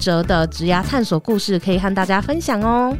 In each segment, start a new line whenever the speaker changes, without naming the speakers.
折的职涯探索故事可以和大家分享哦。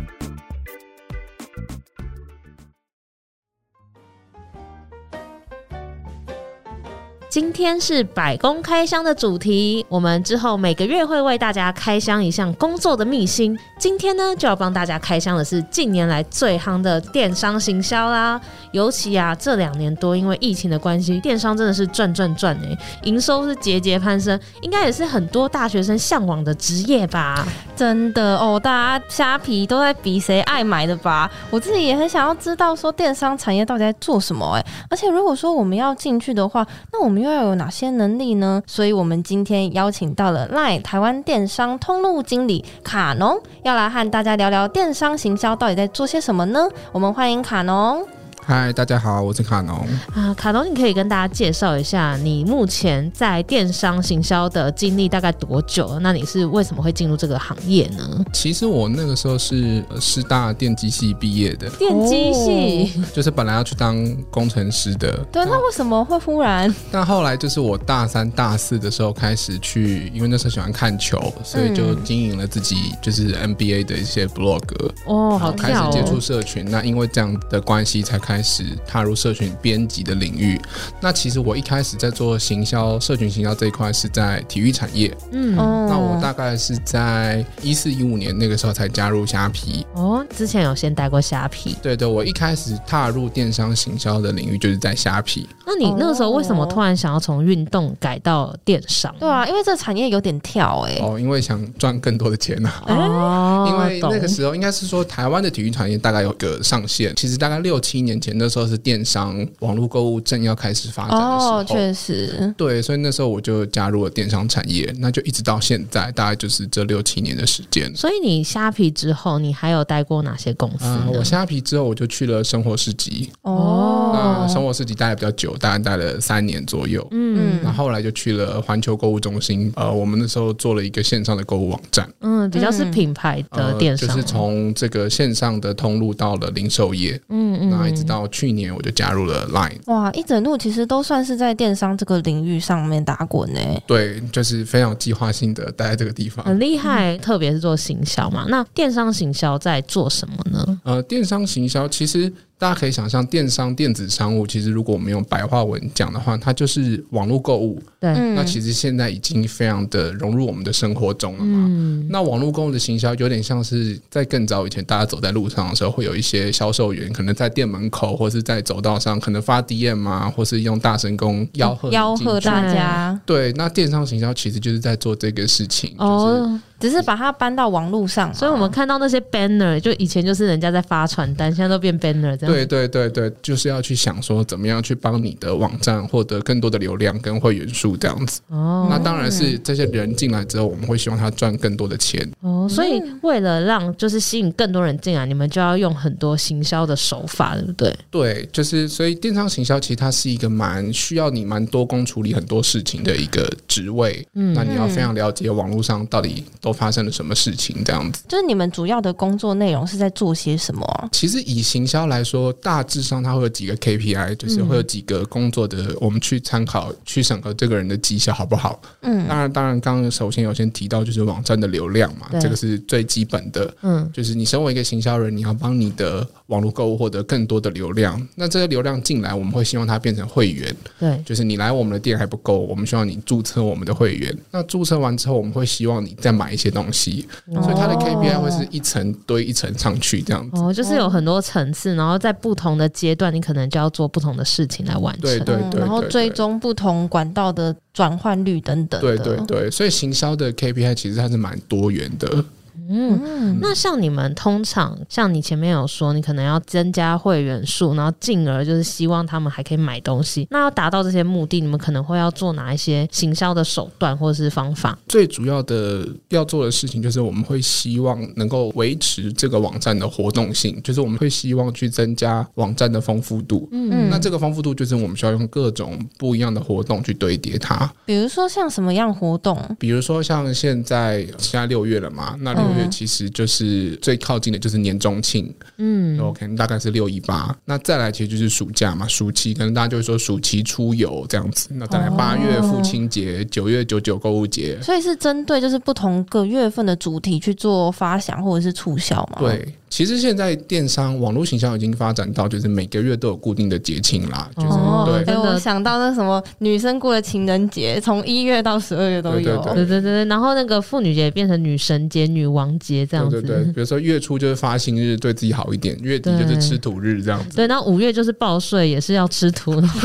今天是百工开箱的主题，我们之后每个月会为大家开箱一项工作的秘辛。今天呢，就要帮大家开箱的是近年来最夯的电商行销啦。尤其啊，这两年多因为疫情的关系，电商真的是赚赚赚哎、营收是节节攀升，应该也是很多大学生向往的职业吧？
真的哦，大家虾皮都在比谁爱买的吧？我自己也很想要知道说电商产业到底在做什么哎、而且如果说我们要进去的话，那我们又要有哪些能力呢？所以我们今天邀请到了 LINE 台湾电商通路经理卡农，要来和大家聊聊电商行销到底在做些什么呢？我们欢迎卡农。
嗨，大家好，我是卡农。
啊，卡农，你可以跟大家介绍一下你目前在电商行销的经历大概多久了？那你是为什么会进入这个行业呢？
其实我那个时候是呃师大电机系毕业的，
电机系，
嗯
就是本来要去当工程师的。
哦对，那为什么会忽然？
但后来就是我大三、大四的时候开始去，因为那时候喜欢看球，所以就经营了自己就是 NBA 的一些 blog，、
哦，好
开始
跳
接触
哦！
社群。那因为这样的关系，才开始踏入社群编辑的领域。那其实我一开始在做行销、社群行销这一块是在体育产业。
嗯，
哦
那我大概是在一四一五年那个时候才加入虾皮。
哦，之前有先待过虾皮，
对对，我一开始踏入电商行销的领域就是在虾皮。
那你那个时候为什么突然想要从运动改到电商？
对啊，因为这产业有点跳哎、
哦，因为想赚更多的钱呢、啊。
哦，
因为那个
懂
时候应该是说，台湾的体育产业大概有个上限。其实大概六七年前，那时候是电商网络购物正要开始发展的时候。
哦，确实，
对，所以那时候我就加入了电商产业，那就一直到现在，大概就是这六七年的时间。
所以你虾皮之后，你还有待过哪些公司
啊、
呢？
我虾皮之后我就去了生活市集，那生
哦，
活市集待的比较久，大概待了三年左右。
嗯
那后来就去了环球购物中心，呃，我们那时候做了一个线上的购物网站，
嗯，比较是品牌的
呃，
电
就
商，
是从这个线上的通路到了零售业，
嗯嗯，
那一直到去年我就加入了 Line，
哇，一整路其实都算是在电商这个领域上面打滚呢、
对，就是非常有计划性的待在这个地方。
嗯很厉害，特别是做行销嘛。那电商行销在做什么呢？
呃，电商行销其实大家可以想象，电商电子商务其实如果我们用白话文讲的话，它就是网络购物。
对，
嗯
那其实现在已经非常的融入我们的生活中了嘛。
嗯，
那网络购物的行销有点像是在更早以前，大家走在路上的时候，会有一些销售员可能在店门口或是在走道上，可能发 DM 啊，或是用大神功吆
嗯
喝你
吆
进
喝
去
大家，
对，那电商行销其实就是在做这个事情，嗯就是啊
哦，
只是把它搬到网络上嘛，啊
所以我
嗯
们看到那些 banner，就以前就是人家在发传单，现在都变 banner 这样。
对对对对，就是要去想说怎么样去帮你的网站获得更多的流量跟会员数这样子。
哦
那当然是这些人进来之后，我们会希望他赚更多的钱。
哦，所以为了让就是吸引更多人进来，你们就要用很多行销的手法，对不对？
对，就是所以电商行销其实它是一个蛮需要你蛮多工处理很多事情的一个职位。嗯，那你要非常了解网络上到底都发生了什么事情这样子。
就是你们主要的工作内容是在做些什么啊、
其实以行销来说，大致上它会有几个 KPI，就是会有几个工作的，我们去参考去审核这个人的绩效好不好。
嗯，
当然，当然，刚刚首先有先提到就是网站的流量嘛
对，
这个是最基本的。
嗯，
就是你身为一个行销人，你要帮你的网络购物获得更多的流量。那这些流量进来，我们会希望它变成会员，
对，
就是你来我们的店还不够，我们希望你注册我们的会员。那注册完之后，我们会希望你再买一些东西，
哦
所以它的 KPI 会是一层堆一层上去这样子。
哦，就是有很多层次，然后在不同的阶段，你可能就要做不同的事情来完成。
对对
嗯
对
然后
对对
追踪不同管道的转换率等等的，哦
对对对，所以行销的 KPI 其实它是蛮多元的。
嗯，
嗯，
那像你们通常，像你前面有说，你可能要增加会员数，然后进而就是希望他们还可以买东西。那要达到这些目的，你们可能会要做哪一些行销的手段或者是方法？
最主要的要做的事情就是，我们会希望能够维持这个网站的活动性，就是我们会希望去增加网站的丰富度。
嗯
那这个丰富度就是我们需要用各种不一样的活动去堆叠它。
比如说像什么样活动？
比如说像现在现在六月了嘛，那六月
嗯
其实就是最靠近的就是年中庆、
嗯
o k 大概是六一八。那再来其实就是暑假嘛，暑期可能大家就会说暑期出游这样子。那再来八月父亲
哦
节，九、月九九购物节，
所以是针对就是不同个月份的主题去做发想或者是促销嘛？，
对，其实现在电商网络形象已经发展到，就是每个月都有固定的节庆啦，就是、
哦
对。
哎，
真的
我想到那什么女生过了情人节，从一月到十二月都
对对
有。
对
对对对对，然后那个妇女节变成女神节、女王节这样子。
对对对，比如说月初就是发薪日，对自己好一点；月底就是吃土日这样 子。
对，那五月就是报税，也是要吃土。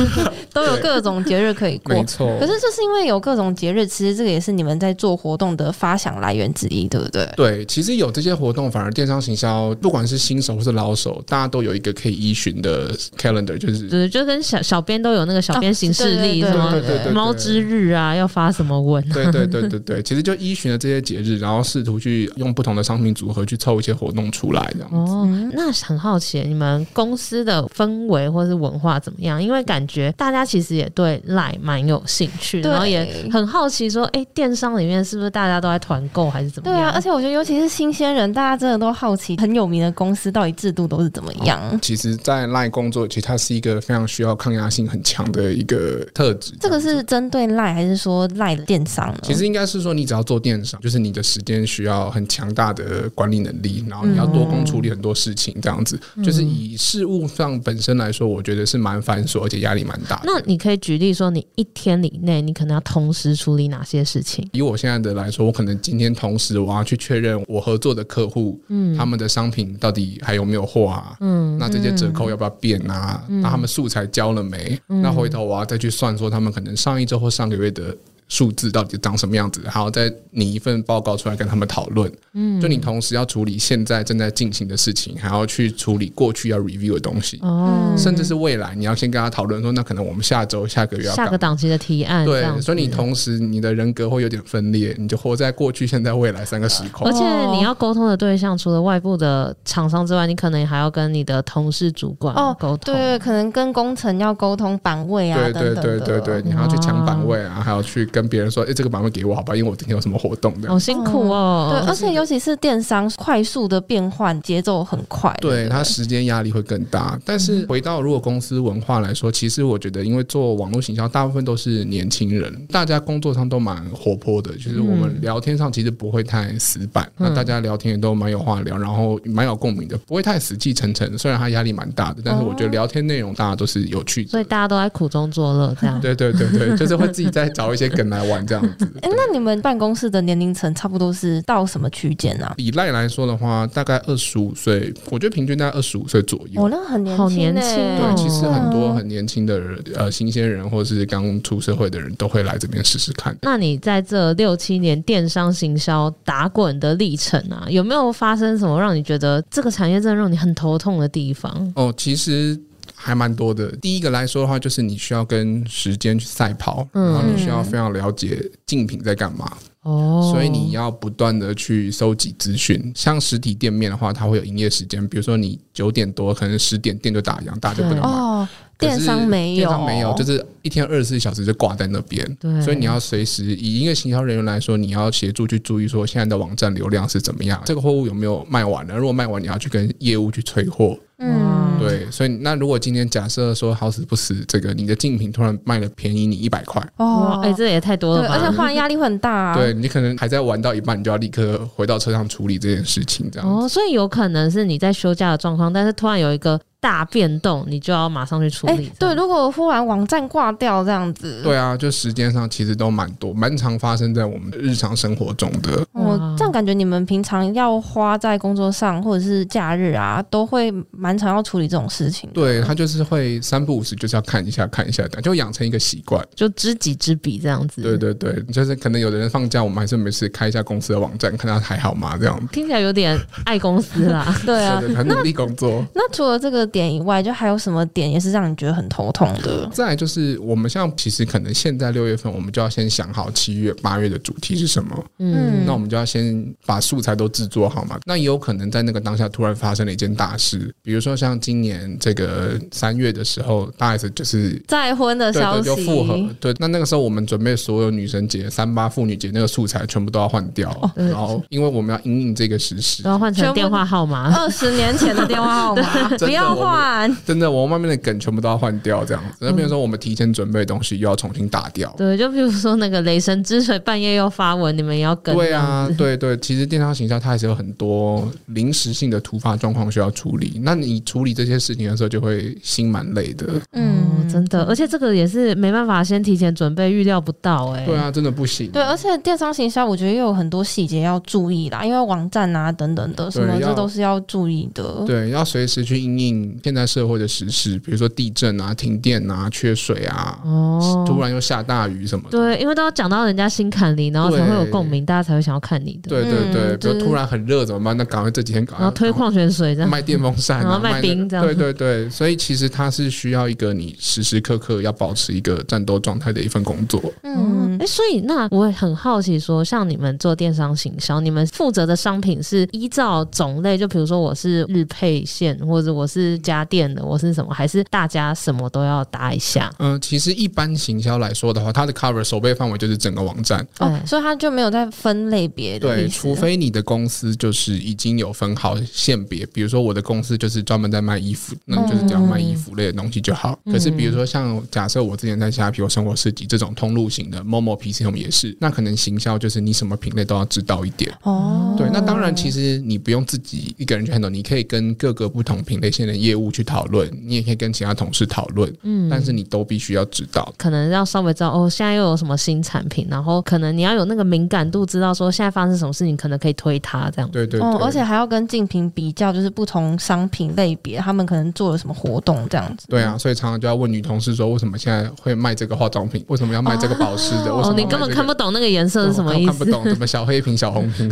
都有各种节日可以过
没。错。
可是就是因为有各种节日，其实这个也是你们在做活动的发想来源之一，对不对？
对，其实有这些活动，反而电商行销，不管是新手或是老手，大家都有一个可以依循的 calendar，就是
对，就跟小小编都有那个小编行事历，
哦对
什么
对对对对
猫之日啊，要发什么文、
对对对对对，其实就依循了这些节日，然后试图去用不同的商品组合去凑一些活动出来，这样。
哦，
嗯
那很好奇你们公司的氛围或是文化怎么样？因为感觉大家其实也对赖蛮有兴趣，
对
然后也很好奇说，哎、电商里面是不是大家都在团购还是怎么
对啊
样？，
而且我觉得尤其是新鲜人，大家真的都好奇很有名的公司到底制度都是怎么
哦
样。
其实，在 LINE 工作，其实它是一个非常需要抗压性很强的一个特质。
这个
样
是针对赖还是说赖的电商呢？
其实应该是说，你只要做电商，就是你的时间需要很强大的管理能力，然后你要多工处理很多事情，这样子。就是以事务上本身来说，我觉得是蛮繁琐，而且压力蛮大的。
那你可以举例说，你一天里内你可能要同时处理哪些事情？
以我现在的来说，我可能今天同时我要去确认我合作的客户，嗯，他们的商品到底还有没有货啊？嗯，嗯那这些折扣要不要变啊？那他们素材交了没？那回头我要再去算说他们可能上一周或上个月的。数字到底长什么样子，还要再拟一份报告出来跟他们讨论。嗯，就你同时要处理现在正在进行的事情，还要去处理过去要 review 的东西，
哦，
甚至是未来你要先跟他讨论说，那可能我们下周、下个月要
下
干嘛
个档期的提案这样
对，
子
所以你同时你的人格会有点分裂，你就活在过去、现在、未来三个时空
而。且你要沟通的对象，除了外部的厂商之外，你可能还要跟你的同事、主管
哦
沟通。
对，可能跟工程要沟通版位啊，
对
等
对
等的
对
嗯
对对，你还要去抢版位啊，还要去跟别人说，哎，这个版位给我好吧，因为我今天有什么活动
好
的。
辛苦哦。
对，而且尤其是电商快速的变换，节奏很快。
对
不
它时间压力会更大，但
嗯
是回到如果公司文化来说，其实我觉得，因为做网络行销，大部分都是年轻人，大家工作上都蛮活泼的，就是我
嗯
们聊天上其实不会太死板，那大家聊天也都蛮有话聊，然后蛮有共鸣的，不会太死气沉沉。虽然它压力蛮大的，但是我觉得
哦
聊天内容大家都是有趣的
所以大家都在苦中作乐，这样。
对对对对，就是会自己再找一些梗来玩这 样子。
哎，那你们办公室的年龄层差不多是到什么区间啊？
以赖来说的话，大概二十五岁，我觉得平均在二十五岁左右。
哦，那很年
好
轻欸，
年轻哦
对，其实很
对
多
啊
很年轻的人，呃，新鲜人或是刚出社会的人都会来这边试试看。
那你在这六七年电商行销打滚的历程啊，有没有发生什么让你觉得这个产业真的让你很头痛的地方？
哦，其实还蛮多的。第一个来说的话，就是你需要跟时间去赛跑，
嗯
然后你需要非常了解竞品在干嘛，
哦，
所以你要不断的去收集资讯。像实体店面的话，它会有营业时间，比如说你九点多，可能十点店就打烊，大家就不能买。
哦，
可是
电商没有，
电商没有，就是一天二十四小时就挂在那边。
对
所以你要随时以一个行销人员来说，你要协助去注意说现在的网站流量是怎么样，这个货物有没有卖完啊了？如果卖完，你要去跟业务去催货。
嗯，
对，所以那如果今天假设说好死不死，这个你的竞品突然卖了便宜你一百块，
哇，
哦，
哎、这也太多
对，
了吧！
而且换压力会很大啊。
对你可能还在玩到一半，你就要立刻回到车上处理这件事情，这样。
哦，所以有可能是你在休假的状况，但是突然有一个大变动，你就要马上去处
哎、
理。
对，如果忽然网站挂掉这样子，
对啊，就时间上其实都蛮多，蛮常发生在我们日常生活中的。
我、
哇
这样感觉你们平常要花在工作上或者是假日啊，都会蛮常要处理这种事情。
对他就是会三不五时就是要看一下看一下，就养成一个习惯。
就知己知彼这样子。
对对对，就是可能有的人放假，我们还是没事开一下公司的网站，看他还好吗？这样，
听起来有点爱公司 啦。
对啊，
对对，很努力工作。
那除了这个点以外，就还有什么点也是让你觉得很头痛的？
再来就是，我们像其实可能现在六月份，我们就要先想好七月、八月的主题是什么，
嗯
那我们就要先把素材都制作好嘛。那也有可能在那个当下突然发生了一件大事，比如说像今年这个三月的时候，大 S 就是。
再婚的
对
消
对，
息，
就复合。对，那那个时候我们准备所有女神节、三八妇女节那个素材全部都要换掉，然后因为我们要因应这个实施，
然后换成电话号码，
二十年前的电话号码，
真的
不要换。
真的，我们外面的梗全部都要换掉，这样子。那变成说我们提前准备的东西又要重新打掉。
对，就比如说那个雷神之锤半夜要发文，你们也要跟。
对啊，对对，其实电商行销它还是有很多临时性的突发状况需要处理。那你处理这些事情的时候，就会心蛮累嗯的。
哦，真的，而
且
且这个也是没办法，先提前准备，预料不到哎、
对，啊，真的不行。
对，而且电商行销，我觉得也有很多细节要注意啦，因为网站啊等等的，什么
对要
这都是要注意的。
对，要随时去应应现在社会的时事，比如说地震啊、停电啊、缺水啊，
哦，
突然又下大雨什么的。
对，因为都要讲到人家心坎里，然后才会有共鸣，大家才会想要看你的。
对啊对对，
嗯
比
就
如
是
突然很热怎么办？那赶快这几天赶
然
快
后 推矿泉水这样。
卖电风扇、
然
啊，
后卖
那个
冰这样
对对对，所以其实它是需要一个你时时刻刻要保持一个战斗状态的一份工作。
嗯，
嗯
哎、，所以那我也很好奇说像你们做电商行销，你们负责的商品是依照种类，就比如说我是日配线，或者我是家电的，我是什么，还是大家什么都要搭一下？
嗯、其实一般行销来说的话，它的 cover 手背范围就是整个网站。
哦，所以它就没有在分类别的
对，
意思啊哦
除非你的公司就是已经有分好线别，比如说我的公司就是专门在卖衣服，那你就是只要卖衣服类的东西就好。
嗯
可是比如说像假设我之前在虾皮有生活市集这种通路型的，Momo PC Home 也是，那可能行销就是你什么品类都要知道一点。
哦，
对，那当然，其实你不用自己一个人去 handle，你可以跟各个不同品类线的业务去讨论，你也可以跟其他同事讨论，嗯，但是你都必须要知道。
可能要稍微知道哦，现在又有什么新产品，然后可能你要有那个敏感度，知道说现在发生什么事情，可能可以推它这样。
对对对，
哦，而且还要跟竞品比较，就是不同商品类别，他们可能做了什么活动这样子。
对
嗯
啊，所以常常就要问女同事说，为什么现在会卖这个化妆品？为什么要卖这个保湿的？为什
哦，
么、
你根本看不
懂
懂那个颜色是什么意
哦看不
思。
懂，怎么小黑瓶、小红 瓶？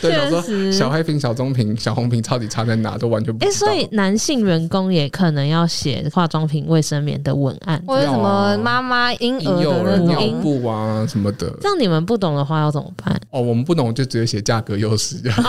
对，想说小黑瓶、小棕瓶、小红瓶到底差在哪，都完全不知
哎、
道。
所以男性员工也可能要写化妆品、卫生棉的文案。
或者什么妈妈婴
啊婴
儿
幼
的
呃
儿
那
尿
种，
布啊什么的，
这样你们不懂的话要怎么 办？
哦，我们不懂就直接写价格 优势这样。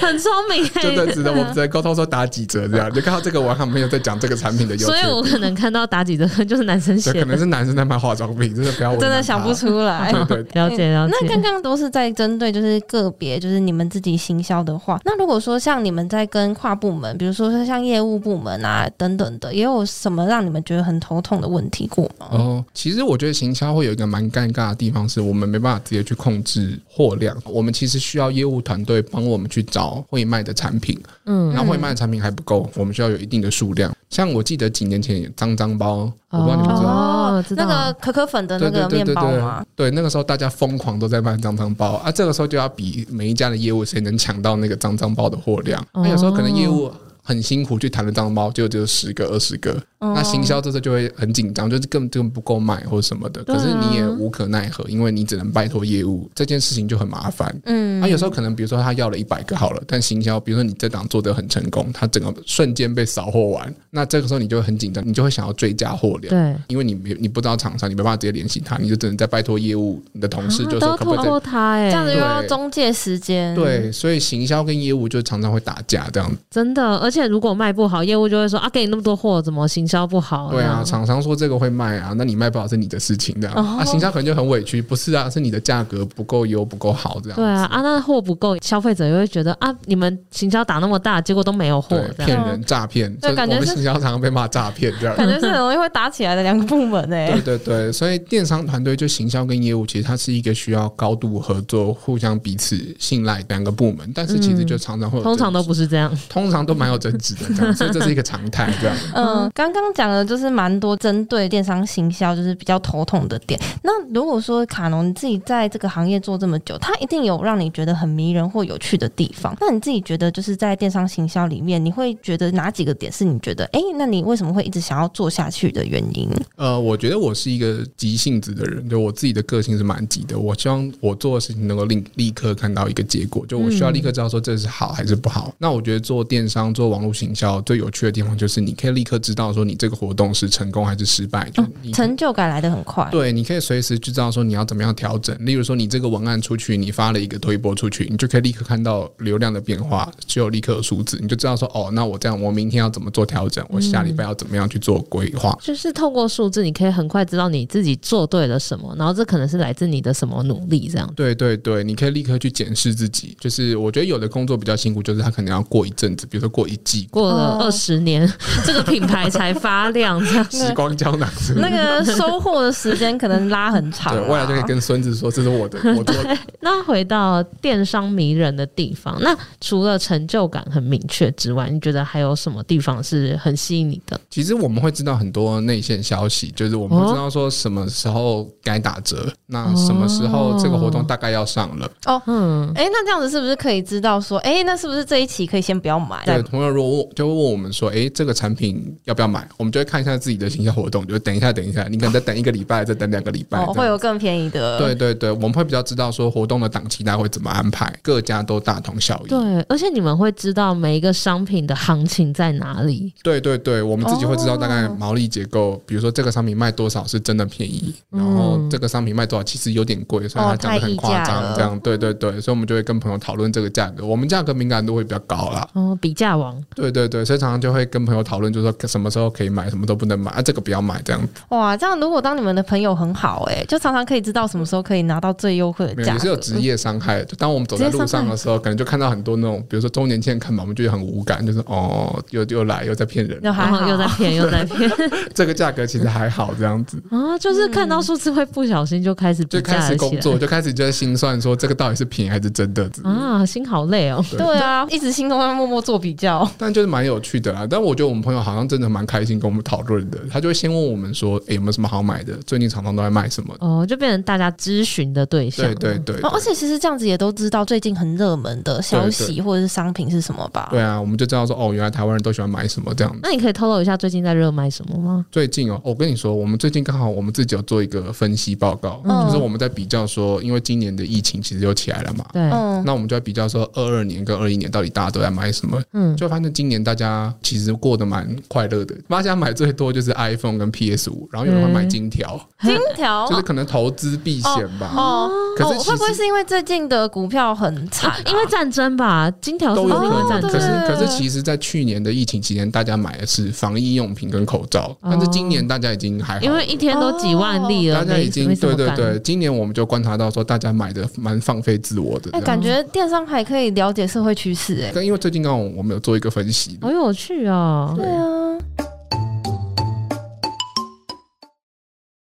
很聪明、
就
欸，
对，值得我们在沟通说打几折这样，就看到这个网上没有在讲这个产品的优
所以我
缺，
可能看到打几折就是男生
对，
写
可能
的。
是男生在卖化妆品，真的不要为难
真的
他
想不。出 来。
哦
对对，
了解了
那刚
解，
刚都是在针对就是个别，就是你们自己行销的话，那如果说像你们在跟跨部门，比如说像业务部门啊等等的，也有什么让你们觉得很头痛的问题过吗？
哦，其实我觉得行销会有一个蛮尴尬的地方，是我们没办法直接去控制货量，我们其实需要业务团队帮我们去找会卖的产品，
嗯，
然后会卖的产品还不够，我们需要有一定的数量。像我记得几年前脏脏包，我不知道你们知道。
哦知道
那个可可粉的那
对对
个
对
面
对
包
对
吗？，
对那个时候大家疯狂都在卖脏脏包啊，这个时候就要比每一家的业务谁能抢到那个脏脏包的货量。
哦
那、有时候可能业务很辛苦去谈了脏脏包，就只有十个二十个，
哦
那行销这次就会很紧张，就是根本根本不够卖或者什么的。
啊
可是你也无可奈何，因为你只能拜托业务，这件事情就很麻烦。
嗯
那、有时候可能，比如说他要了一百个好了，但行销，比如说你这档做得很成功，他整个瞬间被扫货完，那这个时候你就会很紧张，你就会想要追加货量。
对，
因为你没你不知道厂商，你没办法直接联系他，你就只能再拜托业务你的同事，就
啊都
说
要
可
透
不可以再
过他哎、
这样子又要
对
中介时间，，
对，所以行销跟业务就常常会打架这样。
真的，而且如果卖不好，业务就会说啊，给你那么多货，怎么行销不好？
对
这
啊，
样
厂商说这个会卖啊，那你卖不好是你的事情这样。
哦
啊，行销可能就很委屈，不是啊，是你的价格不够优不够好这样。
对啊，啊，那货不够，消费者又会觉得啊，你们行销打那么大，结果都没有货
对，，
这样
骗人诈骗，
对
所以
感
我
觉
们
是
行销常常被骂诈骗 这样。
感觉是很容易会打起来的两个部门哎、
对对对，所以电商团队就行销跟业务，其实它是一个需要高度合作、互相彼此信赖两个部门，但是其实就常常会有
嗯通常
争
都
执
不是这样。
通常都蛮有增值的这样，所以这是一个常态这样。
嗯，刚刚讲的就是蛮多针对电商行销就是比较头痛的点。那如果说卡农你自己在这个行业做这么久，它一定有让你觉得很迷人或有趣的地方。那你自己觉得就是在电商行销里面，你会觉得哪几个点是你觉得哎、诶那你为什么会一直想要做下去的原因？
呃，我觉得我是一个急性子的人，就我自己的个性是蛮急的。我希望我做的事情能够立立刻看到一个结果，就我需要立刻知道说这是好还是不好。那我觉得做电商、做网络行销最有趣的地方就是你可以立刻知道说你这个活动是成功还是失败，就你
成就感来得很快。
对，你可以随时就知道说你要怎么样调整。例如说，你这个文案出去，你发了一个推播出去，你就可以立刻看到流量的变化，只有立刻有数字，你就知道说哦，那我这样，我明天要怎么做调整，我下礼拜要怎么样去做规划。
就是透过数字，你可以很快知道你自己做对了什么，然后这可能是来自你的什么努力这样。
对对对，你可以立刻去检视自己。就是我觉得有的工作比较辛苦，就是他可能要过一阵子，比如说过一季，
过了
哦
二十年， 这个品牌才发亮，这样
时光胶囊是不是
那个收获的时间可能拉很长、啊，
对，未来就可以跟孙子说，这是我的，我做
那回到电商迷人的地方，那除了成就感很明确之外，你觉得还有什么地方是很吸引你的？
其实我们会知道很多内线消息，就是我们会知道说什么时候该打折，那什么时候这个活动大概要上了。
嗯，
哎、那这样子是不是可以知道说，哎、那是不是这一期可以先不要买？哦
对，朋友如果问就会问我们说，诶，这个产品要不要买？我们就会看一下自己的行销活动，就等一下，等一下，你可能再等一个礼拜，再等两个礼拜，
哦，
这
会
样
有更便宜的。
对对对，我们会比较知道说活动的档期大概会怎么安排，各家都大同小异。
对，而且你们会知道每一个商品的行情在哪里。
对对对，我们自己会知道
哦
大概毛利结构，比如说这个商品卖多少是真的便宜，
嗯
然后这个商品卖多少其实有点贵，所以它讲的很夸
太溢价了
张，这样对对对，所以我们就会跟朋友讨论这个价格，我们价格敏感度会比较高
嗯
啦，
哦，比价王，
对对对，所以常常就会跟朋友讨论，就是说什么时候可以买，什么都不能买，啊这个不要买这样，
哇，这样如果当你们的朋友很好、哎，就常常可以知道什么时候可以拿到最优惠的
没有
价
也是
格
有。职业伤害的。就当我们走在路上的时候，可能就看到很多那种，比如说中年线看嘛，我们就会很无感，就是哦又又来又在骗人，
就还
然
好
后又在骗，又在骗
这个价格其实还好这样子。
啊！就是看到数字会不小心就开始比
就
价
开
了
始
起
工
来
作，就开始就在心算说这个到底是便宜还是真的。
哦
啊，心好累哦。
对
对啊，一直心中在默默做比较。
但就是蛮有趣的啦，但我觉得我们朋友好像真的蛮开心跟我们讨论的，他就会先问我们说，诶，有没有什么好买的？最近厂商都在卖什么？
哦，就变成大家咨询的对象。
对对对
哦，而且其实这样子也都知道最近很热门的消
对
息或者是商品是什么吧？
对啊，我们就知道说，哦，原来台湾人都喜欢买什么这样子。
那你可以透露一下最近在热卖什么吗？
最近哦，我跟你说，我们最近刚好我们自己有做一个分析报告，
嗯
就是我们在比较说，因为今年的疫情其实又起来了嘛，
对，
嗯，
那我们就在比较说二二年跟二一年到底大家都在买什么，
嗯，
就发现今年大家其实过得蛮快乐的，大家买最多就是 iPhone 跟 PS 五，然后有人会
嗯
买金条，
金条
就是可能投资避险吧。
哦
可
哦
是，其
会不会
实
是因为最近的股票很惨啊？
因为战争吧，金条是
都
不
有
是因为
可
战争？哦
能，可是
哦对
可是其实，在去年的疫情期间，大家买的是防疫用品跟口罩，但是今年大家已经还好了，
哦因为一天都几万例了，
哦大家已
没
经
什
对
么
对
感
对，今年我们就观察到说，大家买的蛮放飞自我的这
哎、
样。
感觉电商还可以了解社会趋势、哎。
但因为最近刚好我们有做一个分析，
好有趣哦。
对
啊，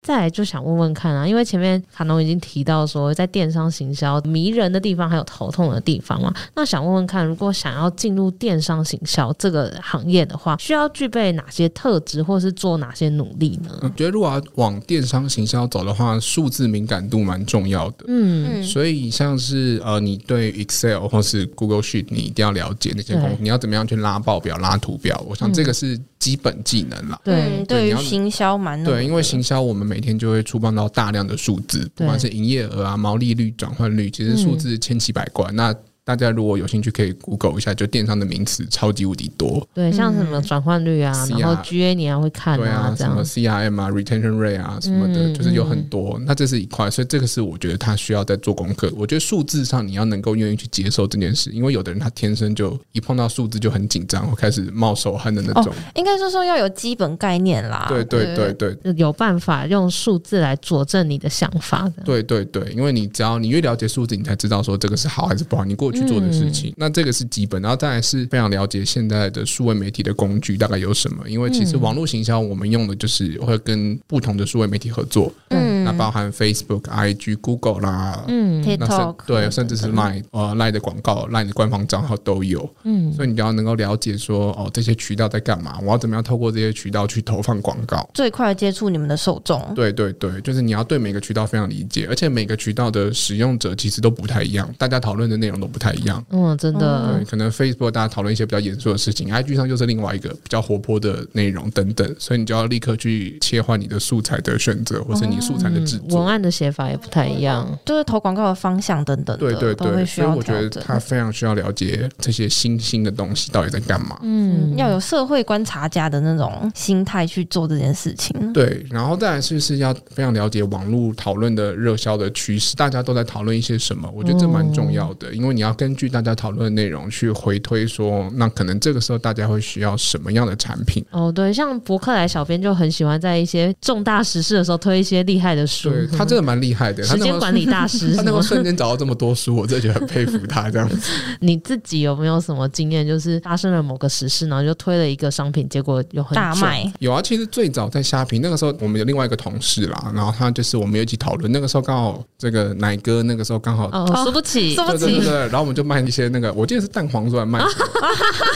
再来就想问问看啊，因为前面卡农已经提到说，在电商行销迷人的地方还有头痛的地方嘛，那想问问看，如果想要进入电商行销这个行业的话，需要具备哪些特质，或是做哪些努力呢？
嗯，觉得如果要往电商行销走的话，数字敏感度蛮重要的。
嗯，
嗯，
所以像是呃，你对 Excel 或是 Google Sheet，你一定要了解那些功
对嗯
能，你要怎么样去拉报表、拉图表，我想这个是基本技能啦。
对
嗯，对
你
于
要
行销
嗯
蛮
对，因为
行
行销我们每天就会触碰到大量的数字，不
对嗯
管是营业额啊、毛利率、转换率，其实数字千奇百怪。那大家如果有兴趣，可以 Google 一下，就电商的名词超级无敌多。
对，像什么
嗯
转换率啊，
CR
然后 GA 你还会看
对啊，
这
什
样
么 CRM 啊、retention rate 啊什么的，
嗯
就是有很多。那这是一块，所以这个是我觉得他需要在做功课。我觉得数字上你要能够愿意去接受这件事，因为有的人他天生就一碰到数字就很紧张，会开始冒手汗的
哦
那种。
应该是说要有基本概念啦。
对对对对
有办法用数字来佐证你的想法的。
对对对，因为你只要你越了解数字，你才知道说这个是好还是不好，你过去做的事
嗯
情，那这个是基本。然后再来是非常了解现在的数位媒体的工具
嗯
大概有什么，因为其实网络行销我们用的就是会跟不同的数位媒体合作，
嗯，
那包含 Facebook、IG、Google 啦，
嗯
那甚
TikTok
对，甚至是
等等
Line 呃 Line 的广告、Line 的官方账号都有，
嗯
所以你要能够了解说哦这些渠道在干嘛，我要怎么样透过这些渠道去投放广告。
最快接触你们的受众。
嗯
对对对，就是你要对每个渠道非常理解，而且每个渠道的使用者其实都不太一样，大家讨论的内容都不太一样。
嗯，真的
对，，可能 Facebook 大家讨论一些比较严肃的事情，IG 上就是另外一个比较活泼的内容等等，所以你就要立刻去切换你的素材的选择，或是你素材的制
嗯文
作。
案的写法也不太一样。
就是投广告的方向等等的，
对对
都会
对，
需
所以
要
我觉
调
得
整。
他非常需要了解这些新兴的东西到底在干嘛。
嗯
嗯，要有社会观察家的那种心态去做这件事情。
对，然后再来就是要非常了解网络讨论的热销的趋势，大家都在讨论一些什么，我觉得这蛮重要
哦
的，因为你要根据大家讨论的内容去回推说，那可能这个时候大家会需要什么样的产品。
哦，对，像博客来小编就很喜欢在一些重大时事的时候推一些厉害的书，
嗯
对他真的蛮厉害的，他
时
那
间
么
管理大师
他
什
能够
么。
瞬间找到这么多书，我真的觉得很佩服他这样 子。
你自己有没有什么经验？就是发生了某个时事，然后就推了一个商品，结果有很
大
赚
卖，
有啊，其实最早在虾皮那个时候，我们有另外一个同事啦，然后他就是我们有一起讨论，那个时候刚好这个奶哥那个时候刚好。
哦，
哦
输不起，哦
输不
对对对
起
对，然后我们就卖一些那个，我记得是蛋黄酥 还卖什么。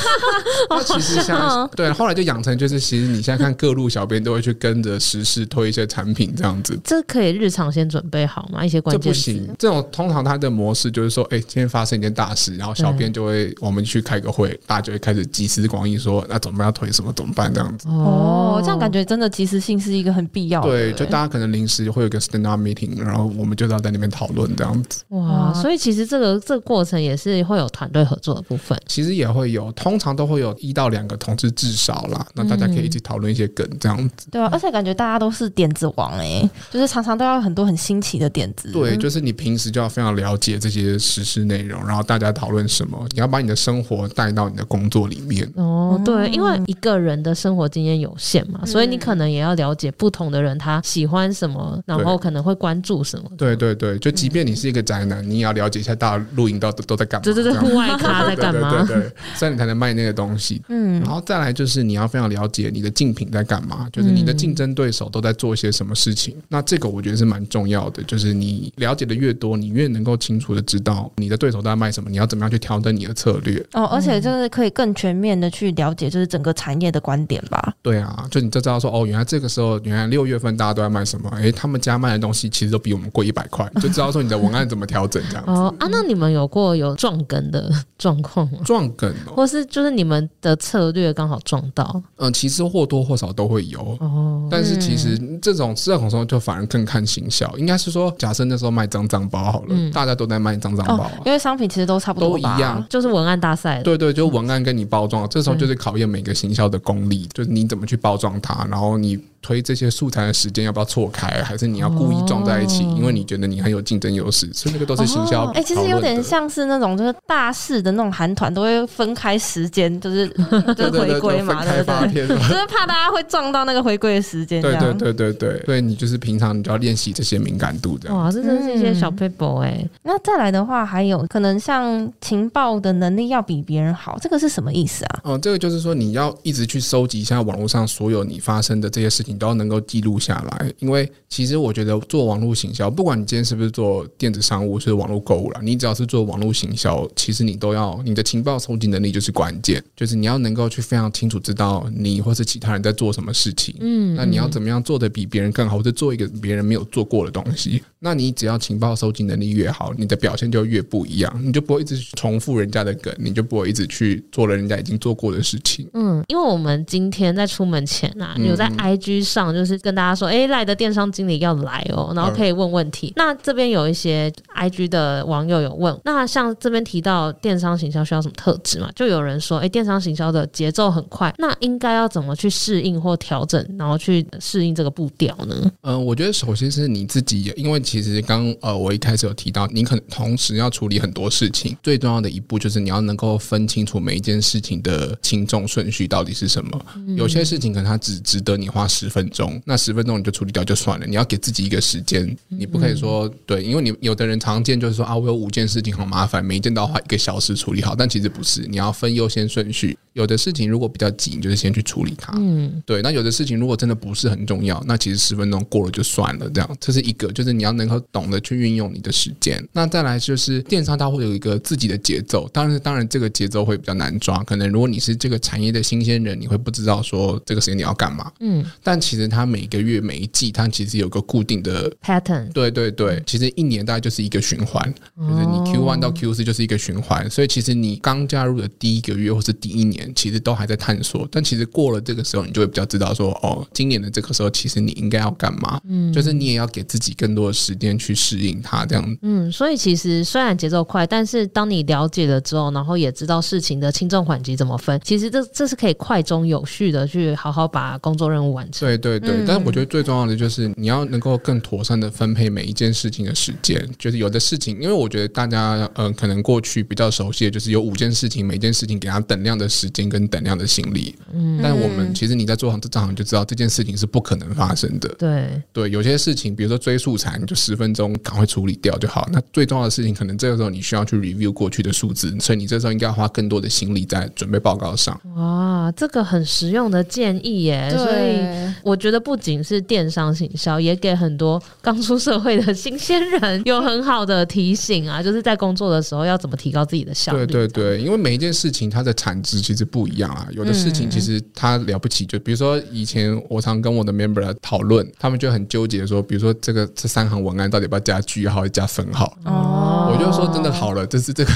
那其实现
嗯
在对，后来就养成就是，其实你现在看各路小编都会去跟着时事推一些产品这样子，
这可以日常先准备好吗？一些关
这
键
不
词
行。这种通常他的模式就是说，哎、今天发生一件大事，然后小
嗯
编就会我们去开个会，大家就会开始集思广益说，那怎么办要推什么，怎么办这样子。
哦，这样感觉真的及时性是一个很必要的。
对，就大家可能临时会有一个 stand up meeting，然后我们就要在那边讨论这样子。
哇，
哇
所以其实这个这个过程也是会有团队合作的部分。
其实也会有，通常都会有一到两个同事至少啦，那大家可以一
嗯
起讨论一些梗这样子。
对啊，而且感觉大家都是点子王哎、就是常常都要很多很新奇的点子。
对，就是你平时就要非常了解这些实施内容，然后大家讨论什么，你要把你的生活带到你的工作里面。
哦，对，
嗯
因为一个人的生活经验有限嘛，所以你可能也要了解不同的人他喜欢什么，然后可能会关注什么。
对对对，就即便你是一个宅男，你也要了解一下大家露营到底都在干嘛。
对对对，
这样子
户外咖在干嘛？
对对对对，所以你才能卖那个东西。
嗯
然，后再来就是你要非常了解你的竞品在干嘛，就是你的竞争对手都在做些什么事情。那这个我觉得是蛮重要的，就是你了解的越多，你越能够清楚的知道你的对手都在卖什么，你要怎么样去调整你的策略。
哦，而且就是可以更全面的去了解，就是整个产业的观点吧。
对啊，就你就知道说哦，原来这个时候，原来六月份大家都在卖什么，诶，他们家卖的东西其实都比我们贵一百 块，就知道说你的文案怎么调整这样子。
哦啊，那你们有过有撞梗的 状况吗？
撞梗哦，
或是就是你们的策略刚好撞到
嗯、其实或多或少都会有，
哦，
但是其实这种这种时候就反而更看行销，应该是说，假设那时候卖脏脏包好了，
嗯
大家都在卖脏脏
哦
包、啊，
因为商品其实都差不多
都一
吧
样。
就是文案大赛了。
对对，就文案跟你包装，这时候就是考验每个行销的功力，就是你怎么去包装它，然后你推这些素材的时间要不要错开，还是你要故意撞在一起，
哦
因为你觉得你很有竞争优势，所以那个都是行销。
哎、其实有点。像是那种就是大事的那种韩团都会分开时间，就是 就是
对对
回
对，
归
就分
嘛，对
开
不
发
对？
片嘛
就是怕大家会撞到那个回归的时间，这
对
样
对对对对，所以你就是平常你就要练习这些敏感度，这样。
哇，这真是一些小
嗯
paper 哎、
那再来的话，还有可能像情报的能力要比别人好，这个是什么意思啊？
哦，这个就是说你要一直去收集一下网络上所有你发生的这些事情，都要能够记录下来。因为其实我觉得做网络行销，不管你今天是不是做电子商务，是网络购物啦，你只要是做网络行销，其实你都要你的情报收集能力就是关键，就是你要能够去非常清楚知道你或是其他人在做什么事情。
嗯，
那你要
嗯
怎么样做的比别人更好，或者做一个别人没有做过的东西？那你只要情报收集能力越好，你的表现就越不一样，你就不会一直去重复人家的梗，你就不会一直去做了人家已经做过的事情。
嗯，因为我们今天在出门前啊，
嗯
有在 IG 上就是跟大家说，哎、赖的电商经理要来哦，然后可以问问
嗯
题。那这边有一些 IG 的网友有问，那像这边提到电商行销需要什么特质嘛？就有人说，哎、电商行销的节奏很快，那应该要怎么去适应或调整，然后去适应这个步调呢？
嗯、我觉得首先是你自己，因为其实刚呃，我一开始有提到，你可能同时要处理很多事情，最重要的一步就是你要能够分清楚每一件事情的轻重顺序到底是什么。有些事情可能它只值得你花十分钟，那十分钟你就处理掉就算了。你要给自己一个时间，你不可以说对，因为你有的人常见就是说啊，我有五件事情好麻烦，每一件都要花一个小时处理好，但其实不是，你要分优先顺序。有的事情如果比较急，你就是先去处理它。嗯，对。那有的事情如果真的不是很重要，那其实十分钟过了就算了。这样，这是一个，就是你要能够懂得去运用你的时间。那再来就是电商，它会有一个自己的节奏，当然，当然这个节奏会比较难抓。可能如果你是这个产业的新鲜人，你会不知道说这个时间你要干嘛。嗯，但其实它每个月每一季，它其实有个固定的
pattern
对对对，其实一年大概就是一个循环，就是你 Q one 到 Q 四就是一个循环，所以其实你刚加入的第一个月或是第一年，其实都还在探索，但其实过了这个时候，你就会比较知道说，哦，今年的这个时候，其实你应该要干嘛，嗯，就是你也要给自己更多的时间去适应它，这样
嗯，所以其实虽然节奏快，但是当你了解了之后，然后也知道事情的轻重缓急怎么分，其实这这是可以快中有序的去好好把工作任务完成。
对对对，嗯但是我觉得最重要的就是你要能够更妥善的分配每一件事情的时间。就是有的事情，因为我觉得大家嗯、呃可能过去比较熟悉的就是有五件事情，每件事情给它等量的时间跟等量的心力。嗯，但我嗯们其实你在做行这行就知道这件事情是不可能发生的。
对，
对，有些事情，比如说追素材，你就十分钟赶快处理掉就好。那最重要的事情，可能这个时候你需要去 review 过去的数字，所以你这时候应该要花更多的心力在准备报告上。
哇，这个很实用的建议耶！哎所以
对，
我觉得不仅是电商行销，也给很多 刚出社会的新鲜人有很好的提醒啊，就是在工作的时候要怎么提高自己的效率。
对对对，因为每一件事情它的产值其实不一样啊。有的事
嗯
情其实它了不起，就比如说以前我常跟我的 member 讨论，他们就很纠结说，比如说这个这三行文案到底要不要加句号、加分号？
哦
我就说真的好了，这是这个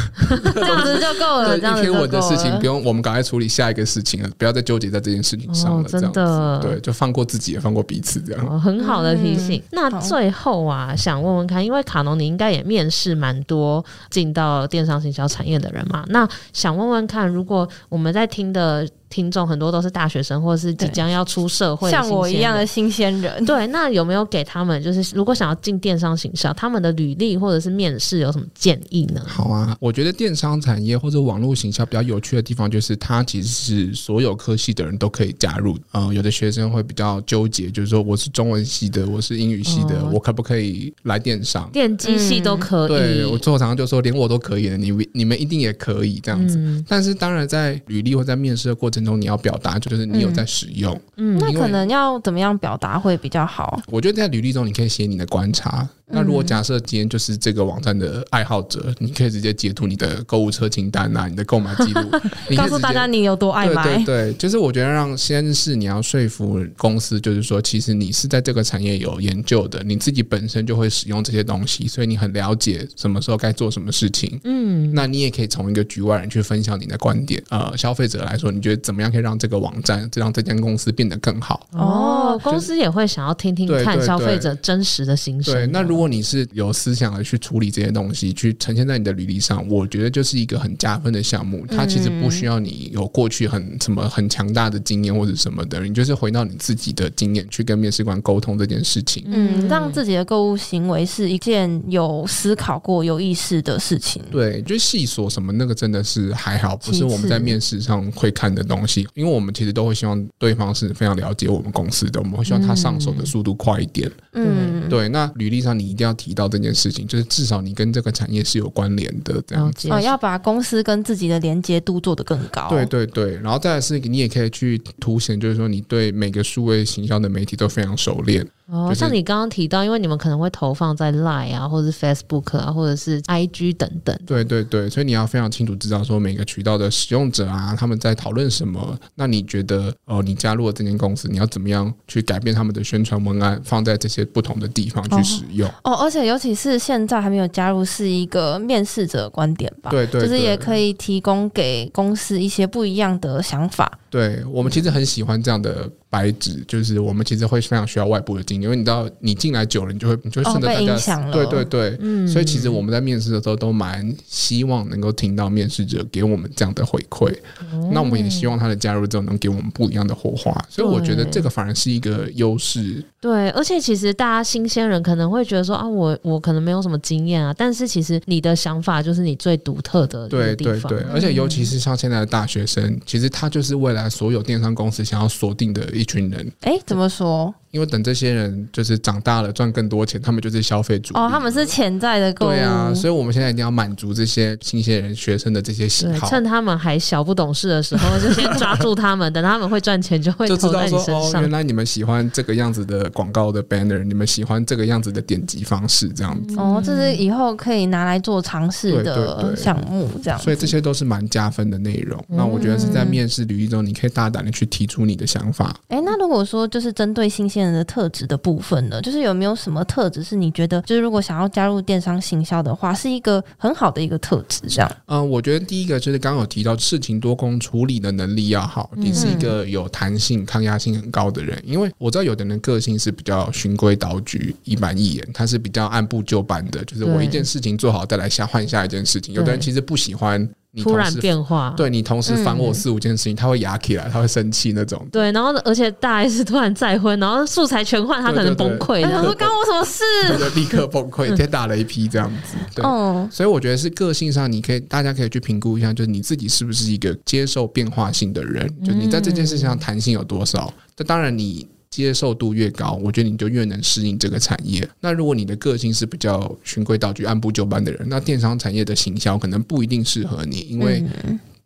这样子就够了，
对一
这样子
篇
就够
文的事情，
了
不用我们赶快处理下一个事情了，不要再纠结在这件事情上
哦
了，，这
真
样子。
的，
对，就放过自己，也放过彼此，这样。
哦，很好的提醒。那
嗯好
最后啊，想问问看，因为卡农你应该也面试蛮多进到电商行销产业的人嘛，那想问问看，如果我们在听的听众很多都是大学生，或是即
对
将要出社会，
像我一样的。新鲜人，
对，那有没有给他们就是如果想要进电商行销，他们的履历或者是面试有什么建议
嗯
呢？
好啊，我觉得电商产业或者网络行销比较有趣的地方，就是它其实是所有科系的人都可以加入。呃，有的学生会比较纠结，就是说我是中文系的，我是英语系的，
哦
我可不可以来嗯电商？
电机系都可以，
对我做常常就说，连我都可以了，你你们一定也可以这样子。
嗯
但是当然，在履历或在面试的过程中，你要表达就是你有在使用。
嗯
那
因为
可能要怎么样表达会比较好？
我觉得在履历中，你可以写你的观察。那如果
嗯
假设今天就是这个网站的爱好者，你可以直接截图你的购物车清单啊，你的购买 记录，你可以
告诉
直接
大家你有多爱
对对
买，
对，就是我觉得让先是你要说服公司，就是说其实你是在这个产业有研究的，你自己本身就会使用这些东西，所以你很了解什么时候该做什么事情。嗯，那你也可以从一个局外人去分享你的观点。呃，消费者来说，你觉得怎么样可以让这个网站，让这间公司变得更好？
哦，公司也会想要听听
对
看
对
消费
对
者真实的心声啊。
对，那如果你是有思想的去处理这些东西，去呈现在你的履历上，我觉得就是一个很加分的项目。它其实不需要你有过去很什么很强大的经验或者什么的，你就是回到你自己的经验去跟面试官沟通这件事情。
嗯，让自己的购物行为是一件有思考过、有意识的事情。
对，就细说什么那个真的是还好，不是我们在面试上会看的东西，因为我们其实都会希望对方是非常了解我们公司的，我们会希望他上手的速度快一点。
嗯，
对，那履历上你一定要提到这件事情，就是至少你跟这个产业是有关联的这样
了
子。
解
哦，要把公司跟自己的连接度做得更高。
对对对，然后再来是你也可以去凸显，就是说你对每个数位行销的媒体都非常熟练。
哦，
就是
像你刚刚提到，因为你们可能会投放在 Line 啊，或者是 Facebook 啊，或者是 IG 等等。
对对对，所以你要非常清楚知道说每个渠道的使用者啊，他们在讨论什么。那你觉得哦、呃你加入了这间公司，你要怎么样去改变他们的宣传文案，放在这些不同的地方去使用？
哦，而且尤其是现在还没有加入，是一个面试者的观点吧？
对对对，
就是也可以提供给公司一些不一样的想法。
对我们其实很喜欢这样的白纸，就是我们其实会非常需要外部的经验，因为你知道你进来久了，你就会你就会
哦
顺着
被
大家
影响了嗯
对对对，所以其实我们在面试的时候都蛮希望能够听到面试者给我们这样的回馈，
哦
那我们也希望他的加入之后能给我们不一样的火花，所以我觉得
对
这个反而是一个优势，
对，而且其实大家新鲜人可能会觉得说啊，我我可能没有什么经验啊，但是其实你的想法就是你最独特的一
对
个
对
地方。
嗯
对，而且尤其是像现在的大学生，其实他就是未来下所有电商公司想要锁定的一群人，
哎，怎么说？
因为等这些人就是长大了赚更多钱，他们就是消费主力
哦，他们是潜在的购物，
嗯对啊，
哦
所以我们现在一定要满足这些新鲜人、学生的这些喜
对，
好，
趁他们还小不懂事的时候，就先抓住他们，等 他们会赚钱就会
就知
投
道
在你
说
身
哦，
上。
原来你们喜欢这个样子的广告的 banner，你们喜欢这个样子的点击方式，
嗯
这样子，
哦，这是以后可以拿来做尝试
嗯对对
的
对
项目，这样。
所以这些都是蛮加分的内容。
嗯
那我觉得是在面试履历中，你可以大胆的去提出你的想法。
哎，那如果说就是针对新鲜人的特质的部分呢，就是有没有什么特质是你觉得，就是如果想要加入电商行销的话，是一个很好的一个特质？这样
嗯、我觉得第一个就是刚刚有提到事情多空处理的能力要好，你是一
嗯
个有弹性、抗压性很高的人。因为我知道有的人个性是比较循规蹈矩、一板一眼，他是比较按部就班的，就是我
对
一件事情做好，再来下换下一件事情。有的人
对
其实不喜欢你
突
同
然
时
变化，嗯
对你同时烦我四五件事情，他会牙起来，他会生气那种。
对然后而且大 S 突然再婚，然后素材全换，他可能
对对
崩
对
溃
哎
了。
我说干我什么事？
嗯
他就立刻崩溃，天打雷劈这样子。对，
嗯，
所以我觉得是个性上，你可以大家可以去评估一下，就是你自己是不是一个接受变化性的人，就你在这件事情上弹性有多少。这当然你。接受度越高，我觉得你就越能适应这个产业。那如果你的个性是比较循规蹈矩、按部就班的人，那电商产业的行销可能不一定适合你，因
嗯
为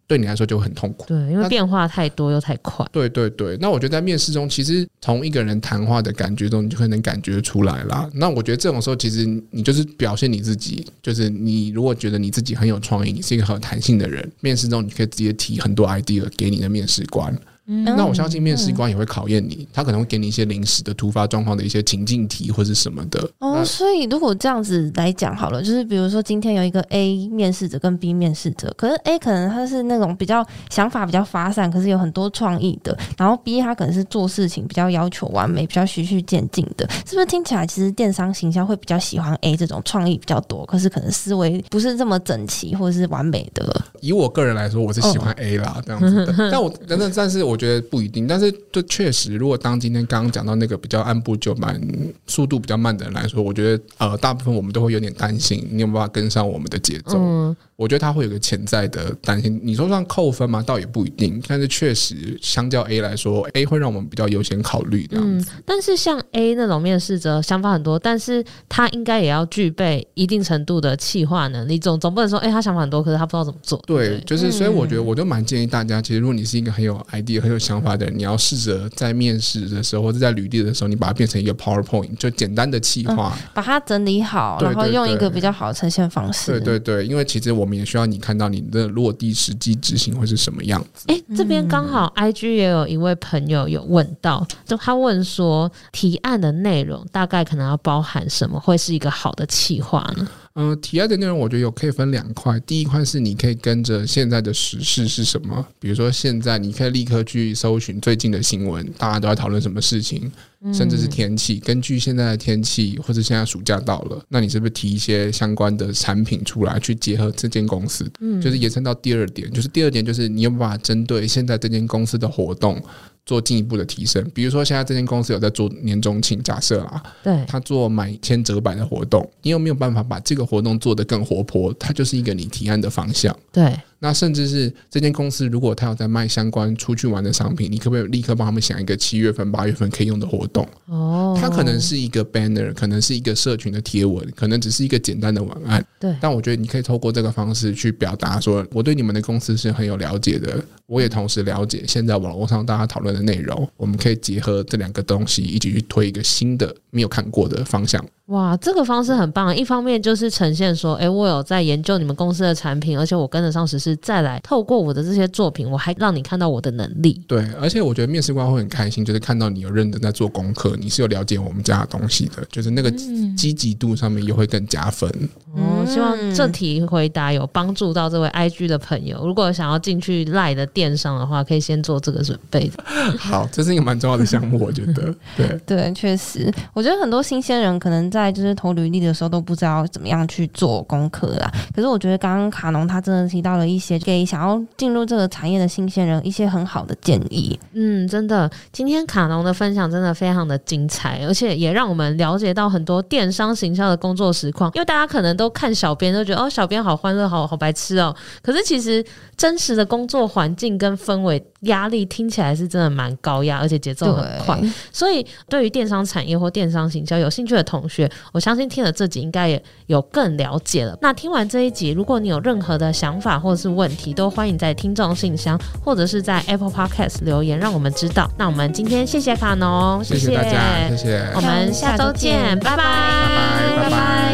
对你来说就会很痛苦。
对，因为
那
变化太多又太快。
对对对，那我觉得在面试中，其实从一个人谈话的感觉中，你就可能感觉出来啦。那我觉得这种时候，其实你就是表现你自己，就是你如果觉得你自己很有创意，你是一个很有弹性的人，面试中你可以直接提很多 idea 给你的面试官。
嗯
那我相信面试官也会考验你，他可能会给你一些临时的突发状况的一些情境题或是什么的。
哦，所以如果这样子来讲好了，就是比如说今天有一个 A 面试者跟 B 面试者，可是 A 可能他是那种比较想法比较发散，可是有很多创意的，然后 B 他可能是做事情比较要求完美，比较循序渐进的，是不是听起来其实电商行销会比较喜欢 A 这种创意比较多，可是可能思维不是这么整齐或者是完美的？
以我个人来说，我是喜欢 A 啦，这样子的。但我但是但是我觉得不一定。但是就确实，如果当今天刚刚讲到那个比较按部就班、速度比较慢的人来说，我觉得呃，大部分我们都会有点担心，你有没有办法跟上我们的节奏？
嗯，
我觉得他会有个潜在的担心。你说算扣分吗？倒也不一定。但是确实，相较 A 来说，A 会让我们比较优先考虑这样子。
嗯但是像 A 那种面试者想法很多，但是他应该也要具备一定程度的企划能力，总总不能说，哎、他想法很多，可是他不知道怎么做。
对，就是所以我觉得我就蛮建议大家，其实如果你是一个很有 idea、很有想法的人，你要试着在面试的时候或者在履历的时候，你把它变成一个 PowerPoint，就简单的企划。
把它整理好，
对
然后
对
用一
对
个比较好的呈现方式。
对对对，因为其实我们也需要你看到你的落地实际执行会是什么样子。
哎、这边刚好 IG 也有一位朋友有问到，就他问说提案的内容大概可能要包含什么，会是一个好的企划呢？
嗯、提案的内容我觉得有可以分两块，第一块是你可以跟着现在的时事是什么，比如说现在你可以立刻去搜寻最近的新闻，大家都在讨论什么事情，甚至是天气。根据现在的天气，或者现在暑假到了，那你是不是提一些相关的产品出来，去结合这间公司？嗯，就是延伸到第二点，就是第二点就是你有没有办法针对现在这间公司的活动做进一步的提升。比如说现在这间公司有在做年终庆，假设啊啦，
对，
他做买千折百的活动，你有没有办法把这个活动做得更活泼？它就是一个你提案的方向。
对，
那甚至是这间公司，如果他有在卖相关出去玩的商品，你可不可以立刻帮他们想一个七月份、八月份可以用的活动？
哦，
它可能是一个 banner，可能是一个社群的贴文，可能只是一个简单的文案。
对
但我觉得你可以透过这个方式去表达说，我对你们的公司是很有了解的，我也同时了解现在网络上大家讨论的内容，我们可以结合这两个东西一起去推一个新的没有看过的方向。
哇，这个方式很棒。一方面就是呈现说，哎、我有在研究你们公司的产品，而且我跟得上时事，再来透过我的这些作品，我还让你看到我的能力。
对，而且我觉得面试官会很开心，就是看到你有认真在做功课，你是有了解我们家的东西的，就是那个积极度上面又会更加分。
哦，
嗯
希望这题回答有帮助到这位 IG 的朋友。如果想要进去赖的电商的话，可以先做这个准备。
好，这是一个蛮重要的项目，我觉 得。对，
对，确实，我觉得很多新鲜人可能在就是投履历的时候都不知道怎么样去做功课啦。可是我觉得刚刚卡农他真的提到了一些给想要进入这个产业的新鲜人一些很好的建议。
嗯，真的，今天卡农的分享真的非常的精彩，而且也让我们了解到很多电商行销的工作实况。因为大家可能都看看小编都觉得哦，小编好欢乐，好好白痴哦。可是其实真实的工作环境跟氛围压力听起来是真的蛮高压，而且节奏很快。
对
所以对于电商产业或电商行销有兴趣的同学，我相信听了这集应该也有更了解了。那听完这一集，如果你有任何的想法或是问题，都欢迎在听众信箱或者是在 Apple Podcast 留言，让我们知道。那我们今天谢谢卡农，
谢谢大家，谢谢。
我们下周见，拜拜，
拜拜拜拜